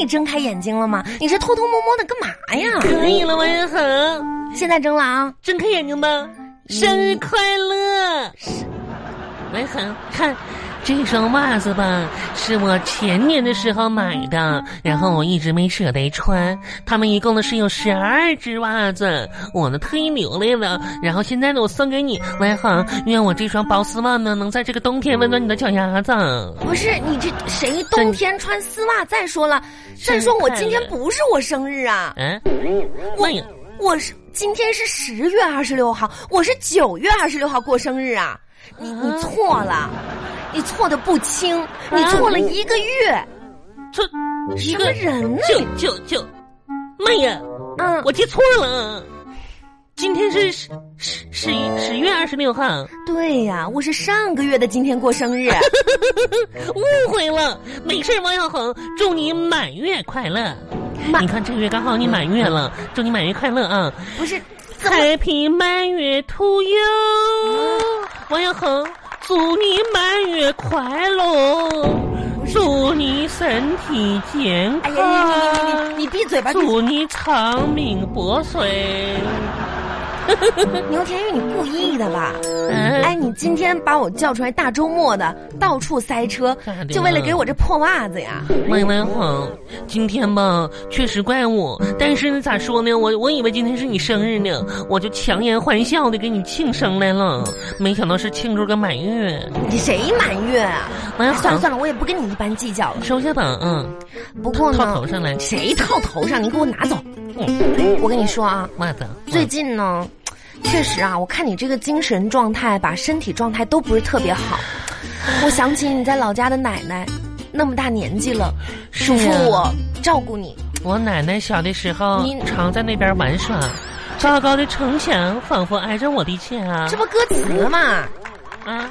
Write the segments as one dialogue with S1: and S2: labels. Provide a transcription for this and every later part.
S1: 以睁开眼睛了吗？你是偷偷摸摸的干嘛呀？
S2: 可以了，王仁恒，
S1: 现在睁了啊！
S2: 睁开眼睛吧，生日快乐！王仁恒，哎看这双袜子吧，是我前年的时候买的，然后我一直没舍得穿。他们一共呢是有十二只袜子，我呢特意留来了，然后现在呢我送给你，王仁恒，愿我这双薄丝袜呢能在这个冬天温暖你的脚丫子。
S1: 不是你这谁冬天穿丝袜？再说了，再说我今天不是我生日啊，
S2: 嗯，
S1: 我
S2: 那也
S1: 我是今天是十月二十六号，我是九月二十六号过生日啊！你你错了，你错的不轻，你错了一个月，
S2: 这一
S1: 什
S2: 个
S1: 么人呢？
S2: 就就就，妈呀！
S1: 嗯，
S2: 我记错了，今天是十十十一十月二十六号，
S1: 对呀、我是上个月的今天过生日。
S2: 误会了。没事，王小恒，祝你满月快乐。
S1: 满
S2: 你看这个月刚好你满月了，祝你满月快乐啊
S1: 不是，怎么嗯
S2: ！Happy 满月 to you，王小恒，祝你满月快乐，祝你身体健
S1: 哎
S2: 康。
S1: 呀，你你你你你闭嘴吧！
S2: 祝你长命百岁！
S1: 牛田玉，你故意的吧？
S2: 哎
S1: 哎，你今天把我叫出来，大周末的到处塞车
S2: 咋的，了
S1: 就为了给我这破袜子呀？
S2: 喂喂好，今天吧确实怪我，但是呢咋说呢，我我以为今天是你生日呢，我就强颜欢笑的给你庆生来了，没想到是庆祝个满月。
S1: 你谁满月啊？
S2: 喂
S1: 哎算了
S2: 好，
S1: 算了，我也不跟你一般计较了。
S2: 收下吧，嗯，
S1: 不过
S2: 套
S1: 呢
S2: 头，嗯上来，
S1: 谁套头上？你给我拿走！我跟你说啊，
S2: 袜子，嗯
S1: 最近呢，确实啊，我看你这个精神状态吧，身体状态都不是特别好。我想起你在老家的奶奶，那么大年纪了，嘱
S2: 啊
S1: 咐我照顾你。
S2: 我奶奶小的时候
S1: 你
S2: 常在那边玩耍，高高的城墙仿佛挨着我的家
S1: 这不歌词嘛？
S2: 啊，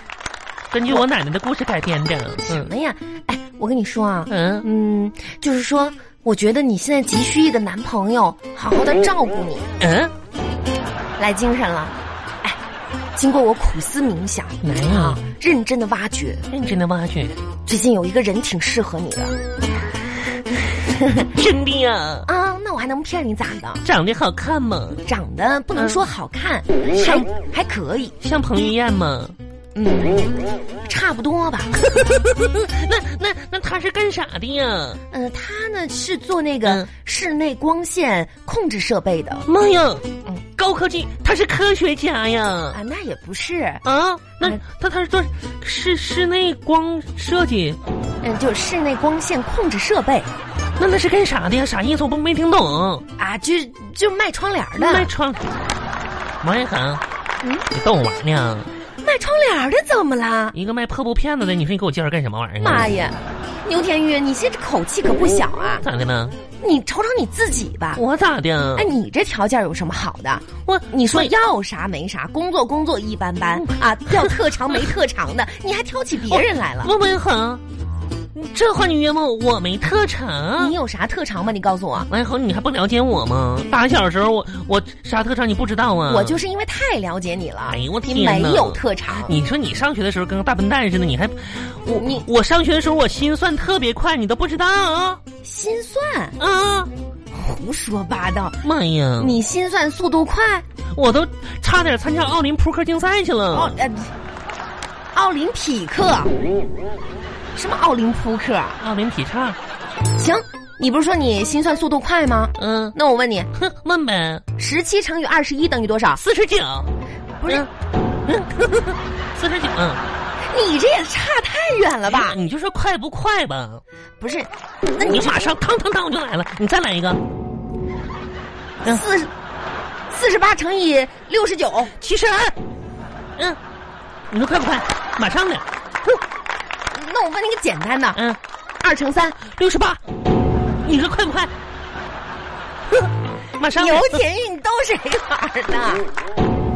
S2: 根据我奶奶的故事改编的，嗯
S1: 哎呀，哎，我跟你说啊，
S2: 嗯，
S1: 嗯，就是说，我觉得你现在急需一个男朋友，好好的照顾你，
S2: 嗯，
S1: 来精神了。哎，经过我苦思冥想，
S2: 哪有
S1: 啊，认真的挖掘，
S2: 认真的挖掘。
S1: 最近有一个人挺适合你的
S2: 真的呀，
S1: 啊，那我还能骗你咋的？
S2: 长得好看吗？
S1: 长得不能说好看，还还可以，
S2: 像彭于晏吗？
S1: 差不多吧。
S2: 那那那他是干啥的呀？
S1: 呃，他呢是做那个
S2: 嗯
S1: 室内光线控制设备的
S2: 妈呀，高科技，他是科学家呀！
S1: 啊，那也不是，
S2: 啊，那
S1: 嗯
S2: 他他是做室室内光设计，
S1: 嗯，就室内光线控制设备
S2: 那那是干啥的呀？啥意思？我不没听懂。
S1: 啊，就就卖窗帘儿的，
S2: 那窗，王一恒，
S1: 嗯
S2: 你逗我玩呢？
S1: 卖窗帘儿的怎么啦？
S2: 一个卖破布片子的，你说你给我介绍干什么玩意儿？啊
S1: 妈！呀，牛田玉，你现在这口气可不小啊！
S2: 咋的了？
S1: 你瞅瞅你自己吧，
S2: 我咋的？
S1: 哎，你这条件有什么好的？
S2: 我
S1: 你说
S2: 我嗯
S1: 要啥没啥，工作工作一般般啊，要特长没特长的，你还挑起别人来了。
S2: 我文恒，你这话你冤枉我，我没特长
S1: 你。有啥特长吗？你告诉我，
S2: 王一哎恒，你还不了解我吗？打小时候我我啥特长你不知道啊？
S1: 我就是因为太了解你了。
S2: 哎呦我天
S1: 你没
S2: 哪
S1: 有特长，
S2: 你说你上学的时候跟个大笨蛋似的，你还我
S1: 你
S2: 我上学的时候我心算特别快，你都不知道啊？
S1: 心算
S2: 啊，
S1: 胡说八道，
S2: 妈呀！
S1: 你心算速度快
S2: 我都差点参加奥林扑克竞赛去了。
S1: 奥呃，奥林匹克，什么奥林扑克？啊
S2: 奥林匹克，
S1: 行，你不是说你心算速度快吗？
S2: 嗯，
S1: 那我问你，
S2: 哼，问呗，
S1: 十七乘以二十一等于多少？
S2: 四十九，
S1: 不
S2: 嗯
S1: 是，
S2: 四十九，嗯，啊
S1: 你这也差太远了吧？
S2: 你就说快不快吧？
S1: 不是，那
S2: 你
S1: 你
S2: 马上当当当我就来了，你再来一个，嗯
S1: 四十四十八乘以六十九，
S2: 七十二，嗯，你说快不快？马上的，
S1: 那我问你个简单的，
S2: 嗯，
S1: 二乘三。
S2: 六十八，你说快不快？马上的
S1: 牛田玉，你逗谁玩儿 呢？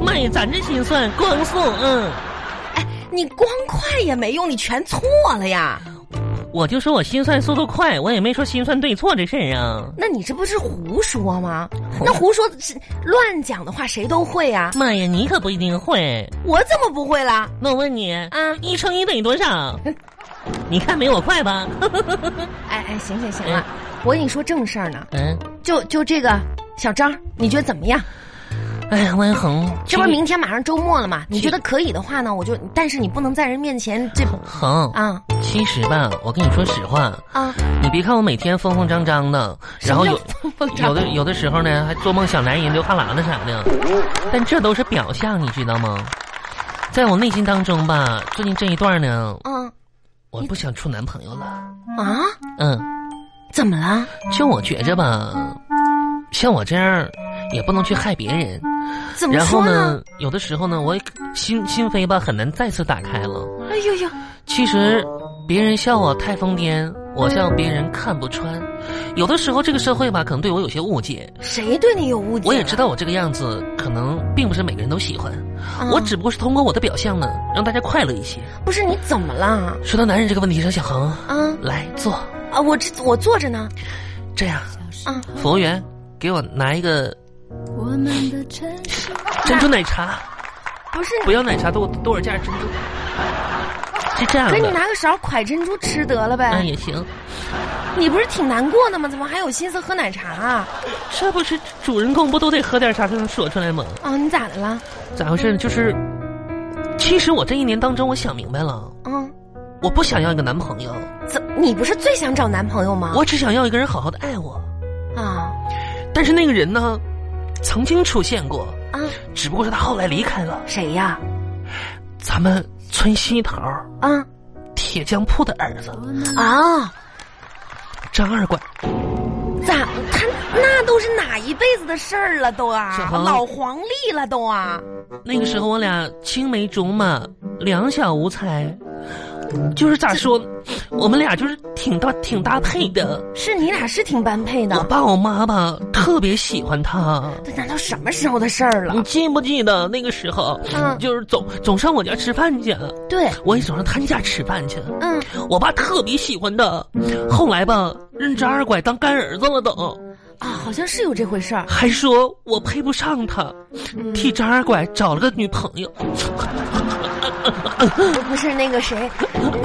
S2: 妈呀，咱这心算光速，嗯，
S1: 哎，你光快也没用，你全错了呀！
S2: 我就说我心算速度快，我也没说心算对错这事儿啊。
S1: 那你这不是胡说吗？那胡说是乱讲的话，谁都会呀、
S2: 妈呀，你可不一定会。
S1: 我怎么不会啦？
S2: 那我问你，啊
S1: 嗯
S2: 一乘一等于多少？你看没我快吧？
S1: 哎哎，行行行了，我跟你说正事儿呢，
S2: 嗯，
S1: 就就这个小张，你觉得怎么样？
S2: 哎，温恒，
S1: 这不是明天马上周末了吗？你觉得可以的话呢，我就，但是你不能在人面前这
S2: 恒，
S1: 啊
S2: 其实吧，我跟你说实话，
S1: 啊，
S2: 你别看我每天疯疯张张的，然后有有的有的时候呢，还做梦想男人流哈喇子啥的，但这都是表象，你知道吗？在我内心当中吧，最近这一段呢，
S1: 啊
S2: 我不想处男朋友了。
S1: 啊，
S2: 嗯，
S1: 怎么了？
S2: 就我觉着吧，像我这样也不能去害别人。
S1: 怎么
S2: 然后
S1: 说呢？
S2: 呢，有的时候呢，我也心心扉吧很难再次打开了。
S1: 哎呦呦，
S2: 其实别人笑我太疯癫，我笑别人看不穿。有的时候这个社会吧，可能对我有些误解。
S1: 谁对你有误解？啊
S2: 我也知，道我这个样子，可能并不是每个人都喜欢。
S3: 嗯
S2: 我只不过是通过我的表象呢，让大家快乐一些。
S1: 啊不是你怎么了？
S2: 说到男人这个问题上，小恒
S1: 啊
S2: 来坐，
S1: 啊，我这我坐着呢。
S2: 这样
S1: 啊，
S2: 服务员给我拿一个
S3: 我们的城市，
S2: 珍珠奶茶，
S1: 不是
S2: 不要奶茶，多多少件珍珠。是这样
S1: 你，给你
S2: 的，
S1: 拿个勺蒯珍珠吃得了呗。
S2: 啊也行。
S1: 你不是挺难过的吗？怎么还有心思喝奶茶啊？
S2: 这不是主人公不都得喝点啥才能说出来吗？
S1: 啊，你咋的了？
S2: 咋回事？就是，其实我这一年当中，我想明白了，
S1: 嗯，
S2: 我不想要一个男朋友，
S1: 怎你不是最想找男朋友吗？
S2: 我只想要一个人好好的爱我。
S1: 啊
S2: 但是那个人呢，曾经出现过，
S1: 啊，
S2: 只不过是他后来离开了。
S1: 谁呀？
S2: 咱们村西头
S1: 啊
S2: 铁匠铺的儿子
S1: 啊，
S2: 张二拐，
S1: 咋他那都是哪一辈子的事儿了都
S2: 小
S1: 啊？
S2: 恒
S1: 老黄历了都啊！
S2: 那个时候我俩青梅竹马，两小无猜，就是咋说，我们俩就是挺搭挺搭配的。
S1: 是你俩是挺般配
S2: 我
S1: 的。
S2: 爸我妈吧特别喜欢他。
S1: 这难道什么时候的事儿
S2: 你
S1: 了？
S2: 记不记得那个时候，
S1: 嗯
S2: 就是总总上我家吃饭去，
S1: 对，
S2: 我也总上他家吃饭去。
S1: 嗯，
S2: 我爸特别喜欢他，后来吧，认张二拐当干儿子了都，
S1: 啊，好像是有这回事儿。
S2: 还说我配不上他，替张二拐找了个女朋友。
S1: 不是那个谁，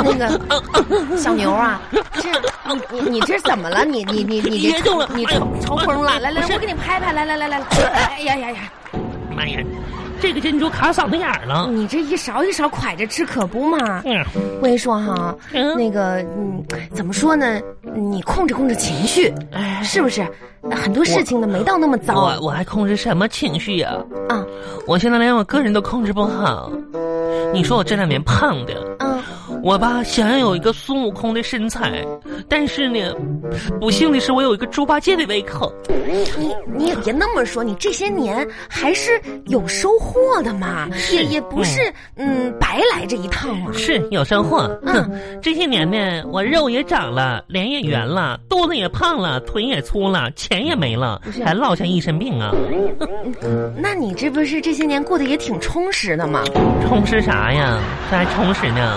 S1: 那个小牛啊，这你你你这怎么了？你你你你
S2: 噎着了
S1: 你
S2: 哎呦
S1: 抽抽风了！来来，
S2: 不是
S1: 我给你拍拍，来来来来来，哎呀呀呀，
S2: 妈呀，这个珍珠卡嗓子眼儿了。
S1: 你这一勺一勺蒯着吃可不嘛？
S2: 嗯，
S1: 我跟你说哈，
S2: 嗯
S1: 那个嗯，怎么说呢？你控制控制情绪，
S2: 哎，
S1: 是不是？很多事情呢没到那么糟
S2: 我
S1: 啊。
S2: 我还控制什么情绪呀、我现在连我个人都控制不好。你说我这两年胖的，
S1: 嗯，
S2: 我吧想要有一个孙悟空的身材，但是呢，不幸的是我有一个猪八戒的胃口。
S1: 你你也别那么说，你这些年还是有收获的嘛，也也
S2: 哎
S1: 不是嗯白来这一趟啊嘛。
S2: 是有收获，
S1: 嗯
S2: 哼，这些年呢，我肉也长了，脸也圆了，肚子也胖了，腿也粗了，钱也没了，还落下一身病啊！
S1: 那你这不是这些年过得也挺充实的吗？
S2: 充实啥呀？这还充实呢？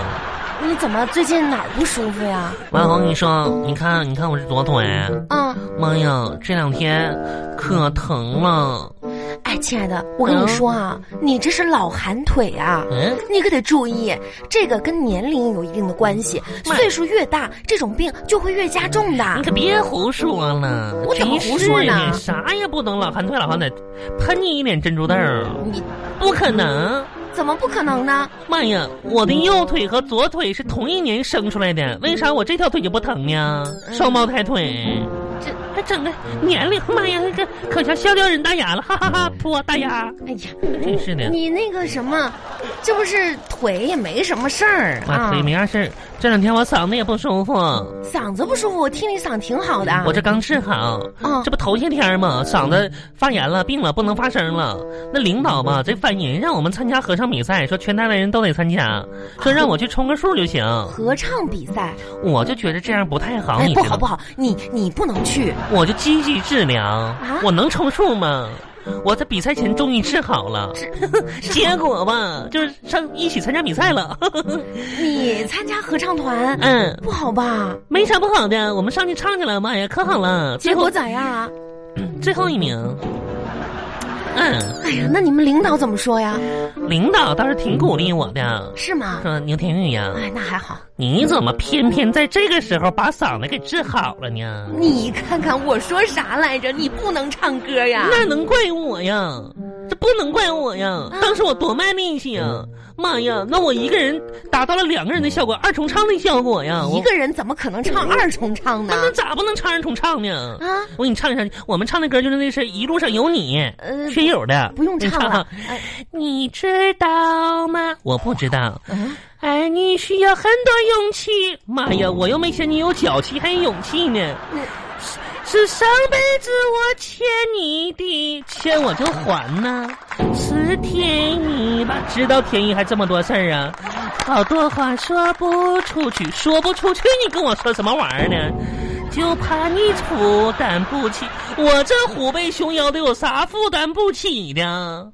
S1: 你怎么最近哪儿不舒服呀？
S2: 王红，你说，你看，你看我这左腿，
S1: 嗯，
S2: 妈呀，这两天可疼了。
S1: 哎，亲爱的，我跟你说啊，你这是老寒腿啊。
S2: 嗯，
S1: 你可得注意，这个跟年龄有一定的关系，
S2: 妈
S1: 岁数越大，这种病就会越加重的。
S2: 你可别胡说了，
S1: 我怎么
S2: 真
S1: 胡说
S2: 是
S1: 呢
S2: 的啥也不懂，老韩腿老韩腿，喷你一脸珍珠豆儿，
S1: 你
S2: 不可能！
S1: 怎么不可能呢？
S2: 妈呀，我的右腿和左腿是同一年生出来的，为啥我这条腿就不疼呢？双胞胎腿，嗯这还整个年龄，妈呀，这可像笑掉人大牙了，哈哈哈！泼大牙，
S1: 哎呀，
S2: 嗯真是的，
S1: 你那个什么，这不是腿也没什么事儿
S2: 妈
S1: 啊
S2: 腿，没啥事儿。这两天我嗓子也不舒服，
S1: 嗓子不舒服，我听你嗓挺好的啊
S2: 嗯我。这刚治好，
S1: 嗯
S2: 这不头些天嘛，嗓子发炎了，病了，不能发声了。那领导吧，这烦人，让我们参加合唱比赛，说全单位人都得参加，说让我去充个数就行。
S1: 合唱比赛，
S2: 我就觉得这样不太好，
S1: 哎，
S2: 你
S1: 不
S2: 知道
S1: 好
S2: 吗
S1: 不好，你你不能去。
S2: 我就积极治疗，
S1: 啊
S2: 我能充数吗？我在比赛前终于治好了， 结果吧，就是上一起参加比赛了。
S1: 你参加合唱团，
S2: 嗯，
S1: 不好吧？
S2: 没啥不好的，我们上去唱去了，妈呀，可好了，
S1: 嗯结
S2: 最
S1: 果
S2: 后
S1: 咋样啊？
S2: 最后一名。嗯，
S1: 哎呀，那你们领导怎么说呀？
S2: 领导倒是挺鼓励我的，
S1: 是 吗？
S2: 说牛田玉呀，
S1: 哎，那还好。
S2: 你怎么偏偏在这个时候把嗓子给治好了呢？
S1: 你看看我说啥来着？你不能唱歌呀？
S2: 那能怪我呀？这不能怪我呀！
S1: 啊
S2: 当时我多卖力气呀！妈呀，那我一个人达到了两个人的效果，二重唱的效果呀！我
S1: 一个人怎么可能唱二重唱呢？
S2: 那咋不能唱二重唱呢？
S1: 啊，
S2: 我给你唱一唱，我们唱的歌就是那是一路上有你，
S1: 呃
S2: 学友的，
S1: 不用
S2: 你
S1: 唱了
S2: 啊。
S1: 哎
S2: 你知道吗？我不知道。
S1: 嗯
S2: 爱哎你需要很多勇气。妈呀，我又没嫌你有脚气，还有勇气呢。是上辈子我欠你的，欠我就还呐。是天意吧？知道天意还这么多事儿啊？好多话说不出去，说不出去，你跟我说什么玩意儿呢？就怕你负担不起，我这虎背熊腰的有啥负担不起的？